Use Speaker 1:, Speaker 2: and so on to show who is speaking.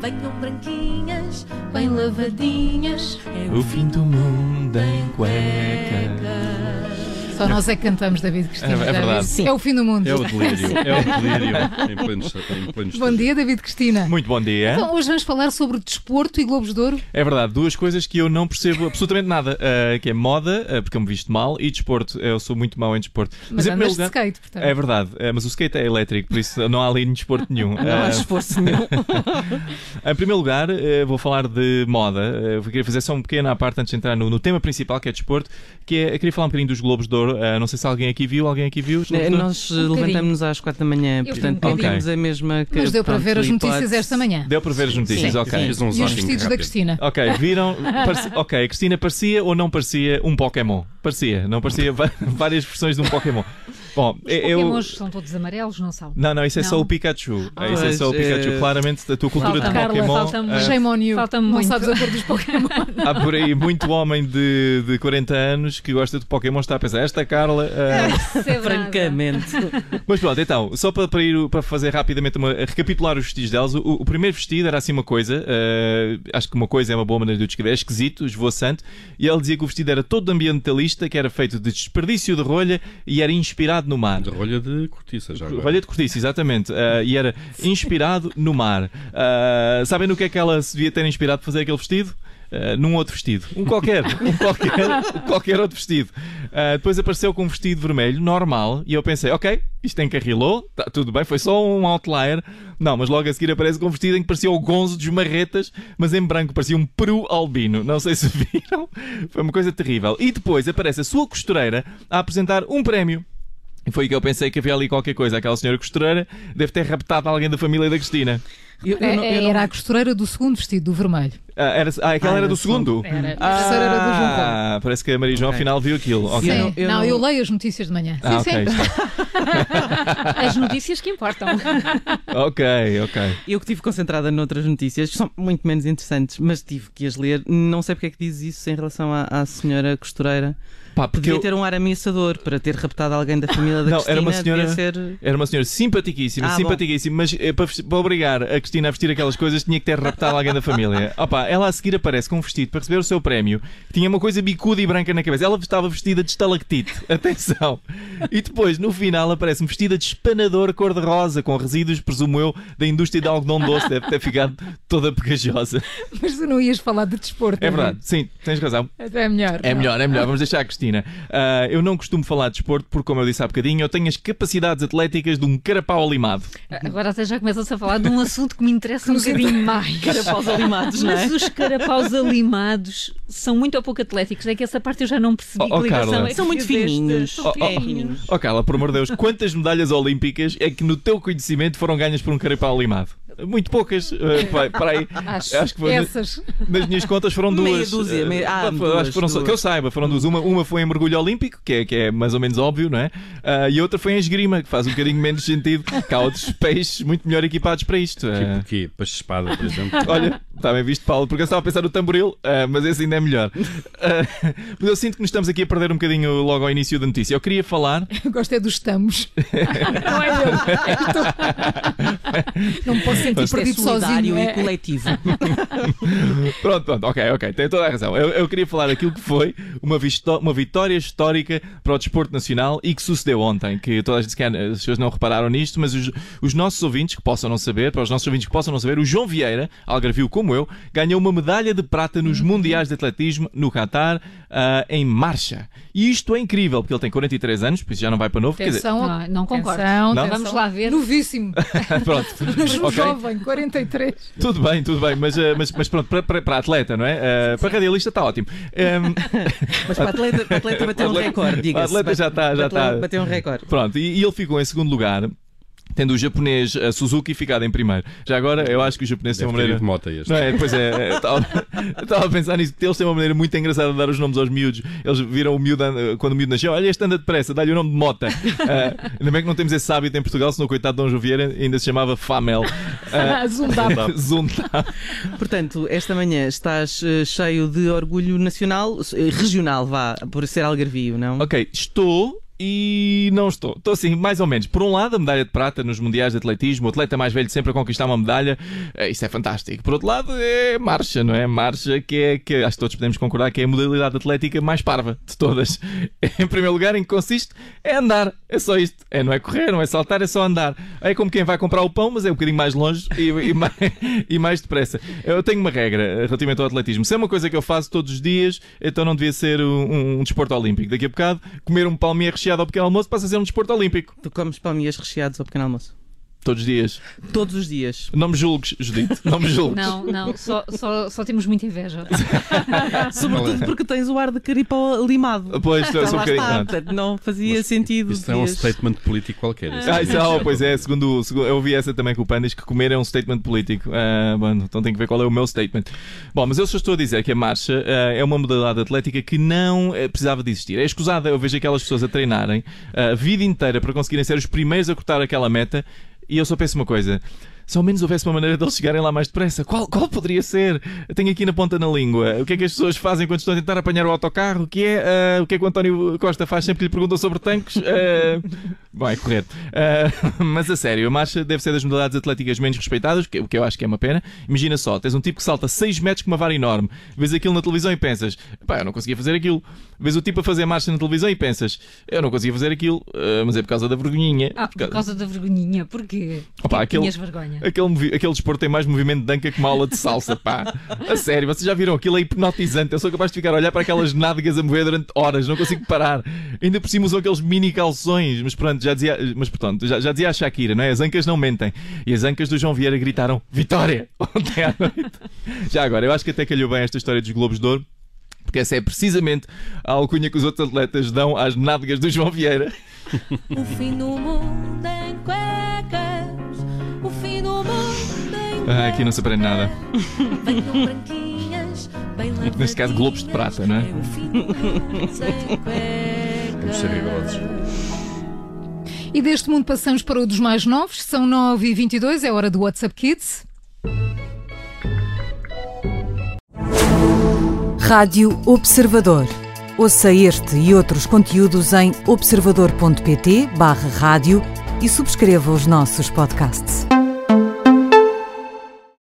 Speaker 1: Venham branquinhas, bem lavadinhas. É o fim do
Speaker 2: mundo
Speaker 1: em cuecas.
Speaker 3: Só nós é que cantamos, David Cristina.
Speaker 2: É- é
Speaker 3: já viste?
Speaker 2: verdade.
Speaker 4: Sim.
Speaker 3: É o fim do mundo.
Speaker 5: É o delírio, é o delírio em plenos, em plenos
Speaker 3: Bom dia, David Cristina.
Speaker 2: Muito bom dia.
Speaker 3: Então, hoje vamos falar sobre desporto e Globos de Ouro.
Speaker 2: É verdade, duas coisas que eu não percebo absolutamente nada, ah, que é moda, ah, porque eu me visto mal, e desporto. Eu sou muito mau em desporto.
Speaker 3: Mas
Speaker 2: em primeiro
Speaker 3: andas de skate, portanto.
Speaker 2: É verdade, ah, mas o skate é elétrico, por isso não há ali desporto nenhum.
Speaker 4: Não há
Speaker 2: Ah,
Speaker 4: esforço nenhum.
Speaker 2: Em primeiro lugar, eh, vou falar de moda. Eh, Eu queria fazer só um pequeno à parte antes de entrar no, no tema principal, que é desporto, que é, eu queria falar um bocadinho dos Globos de Ouro. Eh, não sei se alguém aqui viu, alguém aqui viu os Globos
Speaker 4: Eh,
Speaker 2: de Ouro?
Speaker 4: Nós eh,
Speaker 3: bocadinho.
Speaker 4: levantamos-nos às quatro da manhã,
Speaker 3: vi um
Speaker 4: portanto,
Speaker 2: bocadinho.
Speaker 4: ouvimos a mesma que.
Speaker 3: Mas deu para
Speaker 4: pronto,
Speaker 3: ver as
Speaker 4: hipótese.
Speaker 3: notícias esta manhã.
Speaker 2: Deu para ver as notícias,
Speaker 3: Sim.
Speaker 2: ok.
Speaker 5: Fiz um
Speaker 3: E os
Speaker 5: zapping
Speaker 3: vestidos da
Speaker 5: rápido.
Speaker 3: Cristina.
Speaker 2: Ok, viram? Parece- ok, a Cristina parecia ou não parecia um Pokémon? Parecia, não parecia va- várias versões de um Pokémon. Bom, é, eu.
Speaker 3: Pokémons são todos amarelos, não são?
Speaker 2: Não, não, isso é só
Speaker 3: Não.
Speaker 2: o Pikachu.
Speaker 4: Ah,
Speaker 2: isso é só o
Speaker 4: pois,
Speaker 2: Pikachu.
Speaker 4: eh,
Speaker 2: Claramente, a tua cultura
Speaker 1: falta-
Speaker 2: de
Speaker 1: Carla,
Speaker 2: Pokémon.
Speaker 1: falta
Speaker 2: eh,
Speaker 1: muito.
Speaker 3: Shame on you.
Speaker 1: Falta-me
Speaker 3: não
Speaker 1: muito.
Speaker 3: sabes a cor dos Pokémon.
Speaker 2: Há por aí muito homem de, de 40 anos que gosta de Pokémon está a pensar, esta Carla. ah."
Speaker 4: Francamente.
Speaker 2: Mas pronto, então, só para, para, ir, para fazer rapidamente uma- recapitular os vestidos delas, o, o primeiro vestido era assim uma coisa, ah, acho que uma coisa é uma boa maneira de o descrever, é esquisito, esvoaçante, e ele dizia que o vestido era todo ambientalista, que era feito de desperdício de rolha e era inspirado no mar.
Speaker 5: De rolha de cortiça já agora.
Speaker 2: Rolha de cortiça, exatamente. Ah, e era inspirado no mar. Ah, sabem no que é que ela se devia ter inspirado para fazer aquele vestido? Ah, num outro vestido. Um qualquer. Um qualquer, um qualquer outro vestido. Ah, depois apareceu com um vestido vermelho, normal, e eu pensei, ok, isto encarrilou, tá tudo bem, foi só um outlier. Não, mas logo a seguir aparece com um vestido em que parecia o gonzo dos marretas, mas em branco, parecia um peru albino. Não sei se viram. Foi uma coisa terrível. E depois aparece a sua costureira a apresentar um prémio. E foi que eu pensei que havia ali qualquer coisa. Aquela senhora costureira deve ter raptado alguém da família da Cristina.
Speaker 4: Eu- eu não- eu não-
Speaker 3: É, Era a costureira do segundo vestido, do vermelho.
Speaker 2: Ah, era, ah, aquela
Speaker 4: Ah,
Speaker 2: era
Speaker 4: era
Speaker 2: do
Speaker 4: do
Speaker 2: segundo?
Speaker 3: Era.
Speaker 2: Ah,
Speaker 3: A terceira era do João Paulo.
Speaker 2: Ah, parece que a Maria João
Speaker 4: Ok.
Speaker 2: afinal viu aquilo. Ok.
Speaker 4: Eu
Speaker 3: Sim.
Speaker 4: não- eu
Speaker 3: não,
Speaker 4: não-
Speaker 3: eu leio as notícias de manhã.
Speaker 2: Ah,
Speaker 3: sim,
Speaker 2: ok,
Speaker 3: sim.
Speaker 2: está.
Speaker 1: As notícias que importam.
Speaker 2: ok, ok.
Speaker 4: Eu que estive concentrada noutras notícias, que são muito menos interessantes, mas tive que as ler. Não sei porque é que diz isso em relação à, à senhora costureira.
Speaker 2: Pá, porque
Speaker 4: Podia
Speaker 2: eu-
Speaker 4: ter um ar ameaçador para ter raptado alguém da família da
Speaker 2: Não,
Speaker 4: Cristina.
Speaker 2: era uma senhora-
Speaker 4: devia ser-
Speaker 2: Era uma senhora simpaticíssima,
Speaker 4: Ah, bom.
Speaker 2: simpaticíssima, mas eh, para, vesti- para obrigar a Cristina a vestir aquelas coisas tinha que ter raptado alguém da família. Opa, ela a seguir aparece com um vestido para receber o seu prémio, que tinha uma coisa bicuda e branca na cabeça. Ela estava vestida de estalactite, atenção. E depois, no final, aparece-me vestida de espanador cor-de-rosa, com resíduos, presumo eu, da indústria de algodão doce, deve ter ficado toda pegajosa.
Speaker 3: Mas tu não ias falar de desporto.
Speaker 2: É verdade, sim, tens razão.
Speaker 3: É melhor.
Speaker 2: É melhor, é melhor. Vamos deixar a Cristina. Ah, eu não costumo falar de desporto porque, como eu disse há bocadinho, eu tenho as capacidades atléticas de um carapau limado.
Speaker 1: É, Agora até já começas a falar de um assunto que me interessa um bocadinho mais.
Speaker 4: Carapaus alimados, não é?
Speaker 1: Mas os carapaus alimados são muito ou pouco atléticos. É que essa parte eu já não percebi.
Speaker 2: Oh,
Speaker 1: que
Speaker 2: oh,
Speaker 1: ligação
Speaker 2: Carla.
Speaker 1: é que
Speaker 4: São muito
Speaker 1: fez deste-
Speaker 4: fininhos.
Speaker 1: São
Speaker 2: Oh, oh,
Speaker 1: fininhos.
Speaker 2: Oh Carla, por amor de Deus, quantas medalhas olímpicas é que no teu conhecimento foram ganhas por um carapau limado? Muito poucas. eh, pá, para aí.
Speaker 3: Acho,
Speaker 2: Acho que foi-
Speaker 3: Essas.
Speaker 2: Nas minhas contas foram duas.
Speaker 4: Meia dúzia,
Speaker 2: eh,
Speaker 4: meia- ah,
Speaker 2: pá, acho
Speaker 4: duas,
Speaker 2: que foram só-
Speaker 4: duas.
Speaker 2: que eu saiba, foram duas. Uma, uma foi em mergulho olímpico, que é, que é mais ou menos óbvio, não é? Ah, e outra foi em esgrima, que faz um bocadinho menos sentido. Que há outros peixes muito melhor equipados para isto.
Speaker 5: Tipo
Speaker 2: Eh,
Speaker 5: o quê? Para espada, por exemplo.
Speaker 2: Olha, está bem visto, Paulo, porque eu estava a pensar no tamboril, ah, mas esse ainda é melhor. Ah, mas eu sinto que nos estamos aqui a perder um bocadinho logo ao início da notícia. Eu queria falar
Speaker 3: Eu gosto é dos estamos. não é eu. É tu. Não me posso sentir
Speaker 4: Isto é
Speaker 3: perdido
Speaker 4: solidário
Speaker 3: sozinho.
Speaker 4: e
Speaker 3: é-
Speaker 4: coletivo.
Speaker 2: Pronto, pronto, ok, ok, tem toda a razão. Eu, eu queria falar aquilo que foi uma, visto- uma vitória histórica para o desporto nacional e que sucedeu ontem, que todas as, as pessoas não repararam nisto, mas os, os nossos ouvintes que possam não saber, para os nossos ouvintes que possam não saber, o João Vieira, algarvio como eu, ganhou uma medalha de prata nos Mundiais de Atletismo no Qatar, ah, em marcha. E isto é incrível, porque ele tem 43 anos, por isso já não vai para novo. quer dizer,
Speaker 3: Atenção,
Speaker 1: Não, não concordo.
Speaker 3: atenção,
Speaker 2: Não?
Speaker 3: atenção.
Speaker 1: Vamos lá ver.
Speaker 3: Novíssimo.
Speaker 2: pronto.
Speaker 3: Mesmo
Speaker 2: ok.
Speaker 3: um jovem, 43.
Speaker 2: Tudo bem, tudo bem, mas, ah, mas, mas pronto, para, para, para atleta, não é? Ah, para radialista está ótimo. Ehm, Ahm,
Speaker 4: Mas para atleta, para atleta bateu um
Speaker 2: Atleta-
Speaker 4: recorde, diga-se.
Speaker 2: atleta já está- já tá.
Speaker 4: Atleta
Speaker 2: está.
Speaker 4: Bateu um recorde.
Speaker 2: Pronto, e, e ele ficou em segundo lugar, tendo o japonês eh, Suzuki ficado em primeiro. Já agora, eu acho que o japonês tem
Speaker 5: Deve
Speaker 2: uma
Speaker 5: ter ido
Speaker 2: maneira.
Speaker 5: de moto este.
Speaker 2: Não é? Pois é, é, eu estava eu estava a pensar nisso, porque eles têm uma maneira muito engraçada de dar os nomes aos miúdos. Eles viram o miúdo, and- quando o miúdo nasceu, olha, este anda depressa, dá-lhe o nome de Mota. Ah, ainda bem que não temos esse hábito em Portugal, senão o coitado de Dom Joviera ainda se chamava Famel.
Speaker 3: Ah, Zundado.
Speaker 2: Zundá.
Speaker 4: Portanto, esta manhã estás eh, cheio de orgulho nacional, eh, regional, vá, por ser algarvio, não?
Speaker 2: Ok, estou. e não estou. Estou assim, mais ou menos. Por um lado, a medalha de prata nos Mundiais de Atletismo, o atleta mais velho sempre a conquistar uma medalha, eh, isso é fantástico. Por outro lado, é marcha, não é? Marcha, que é que acho que todos podemos concordar que é a modalidade atlética mais parva de todas. Em primeiro lugar, em que consiste é andar. É só isto. É, não é correr, não é saltar, é só andar. É como quem vai comprar o pão, mas é um bocadinho mais longe e, e mais, e mais depressa. Eu tenho uma regra eh, relativamente ao atletismo. Se é uma coisa que eu faço todos os dias, então não devia ser um, um desporto olímpico. Daqui a bocado, comer um palmier recheado ao pequeno almoço passa a ser um desporto olímpico.
Speaker 4: Tu comes palmias recheados ao pequeno almoço?
Speaker 2: Todos os dias.
Speaker 4: Todos os dias.
Speaker 2: Não me julgues, Judite. Não me julgues.
Speaker 1: Não, não, só, só, só temos muita inveja.
Speaker 4: Sobretudo porque tens o ar de caripa limado.
Speaker 2: Pois, sou um
Speaker 4: Então, lá
Speaker 2: bocadinho.
Speaker 4: está.
Speaker 2: pronto.
Speaker 4: Portanto, Não fazia
Speaker 5: Mas
Speaker 4: sentido.
Speaker 5: Isso é um
Speaker 4: dias.
Speaker 5: statement político qualquer. isso.
Speaker 2: Ah, isso, ah, pois é, segundo, o- segundo- eu ouvi essa também com o Pandas, que comer é um statement político. Ah, bueno, então tem que ver qual é o meu statement. Bom, mas eu só estou a dizer que a marcha ah, é uma modalidade atlética que não eh, precisava de existir. É escusada, eu vejo aquelas pessoas a treinarem ah, a vida inteira para conseguirem ser os primeiros a cortar aquela meta, e eu só penso uma coisa. Se ao menos houvesse uma maneira de eles chegarem lá mais depressa, qual, qual poderia ser? Eu Tenho aqui na ponta na língua. O que é que as pessoas fazem quando estão a tentar apanhar o autocarro? O que é, ah, o que é que o António Costa faz sempre que lhe perguntam sobre tanques? Ah, Bom, é correr. Ah, mas a sério, a marcha deve ser das modalidades atléticas menos respeitadas, que- o que eu acho que é uma pena. Imagina só, tens um tipo que salta 6 metros com uma vara enorme, vês aquilo na televisão e pensas, pá, eu não conseguia fazer aquilo. Vês o tipo a fazer marcha na televisão e pensas, eu não conseguia fazer aquilo, ah, mas é por causa da vergonhinha.
Speaker 1: Ah, por causa da vergonhinha, porquê?
Speaker 2: Opa,
Speaker 1: Porquê que
Speaker 2: aquele-
Speaker 1: Tinhas vergonha.
Speaker 2: Aquele, movi- aquele desporto tem mais movimento de danca que uma aula de salsa, pá. A sério, vocês já viram aquilo? É hipnotizante. Eu sou capaz de ficar a olhar para aquelas nádegas a mover durante horas, não consigo parar. Ainda por cima usam aqueles mini calções. Mas pronto, já dizia, mas, portanto, já, já dizia a Shakira, não é? As ancas não mentem. E as ancas do João Vieira gritaram Vitória! Ontem à noite. Já agora, eu acho que até calhou bem esta história dos Globos de Ouro. Porque essa é precisamente a alcunha que os outros atletas dão às nádegas do João Vieira.
Speaker 6: O fim do mundo é em cuecas. O fim do mundo é em cuecas.
Speaker 2: Ah, aqui não se aprende nada.
Speaker 6: Venham branquinhas, bem lavadinhas.
Speaker 2: Neste caso, globos de prata, não é?
Speaker 6: o fim do mundo é em cuecas.
Speaker 5: Vamos ser rigorosos.
Speaker 3: E deste mundo passamos para o dos mais novos. São 9 e 22 é hora do WhatsApp Kids.
Speaker 7: Rádio Observador. Ouça este e outros conteúdos em observador.pt/barra rádio e subscreva os nossos podcasts.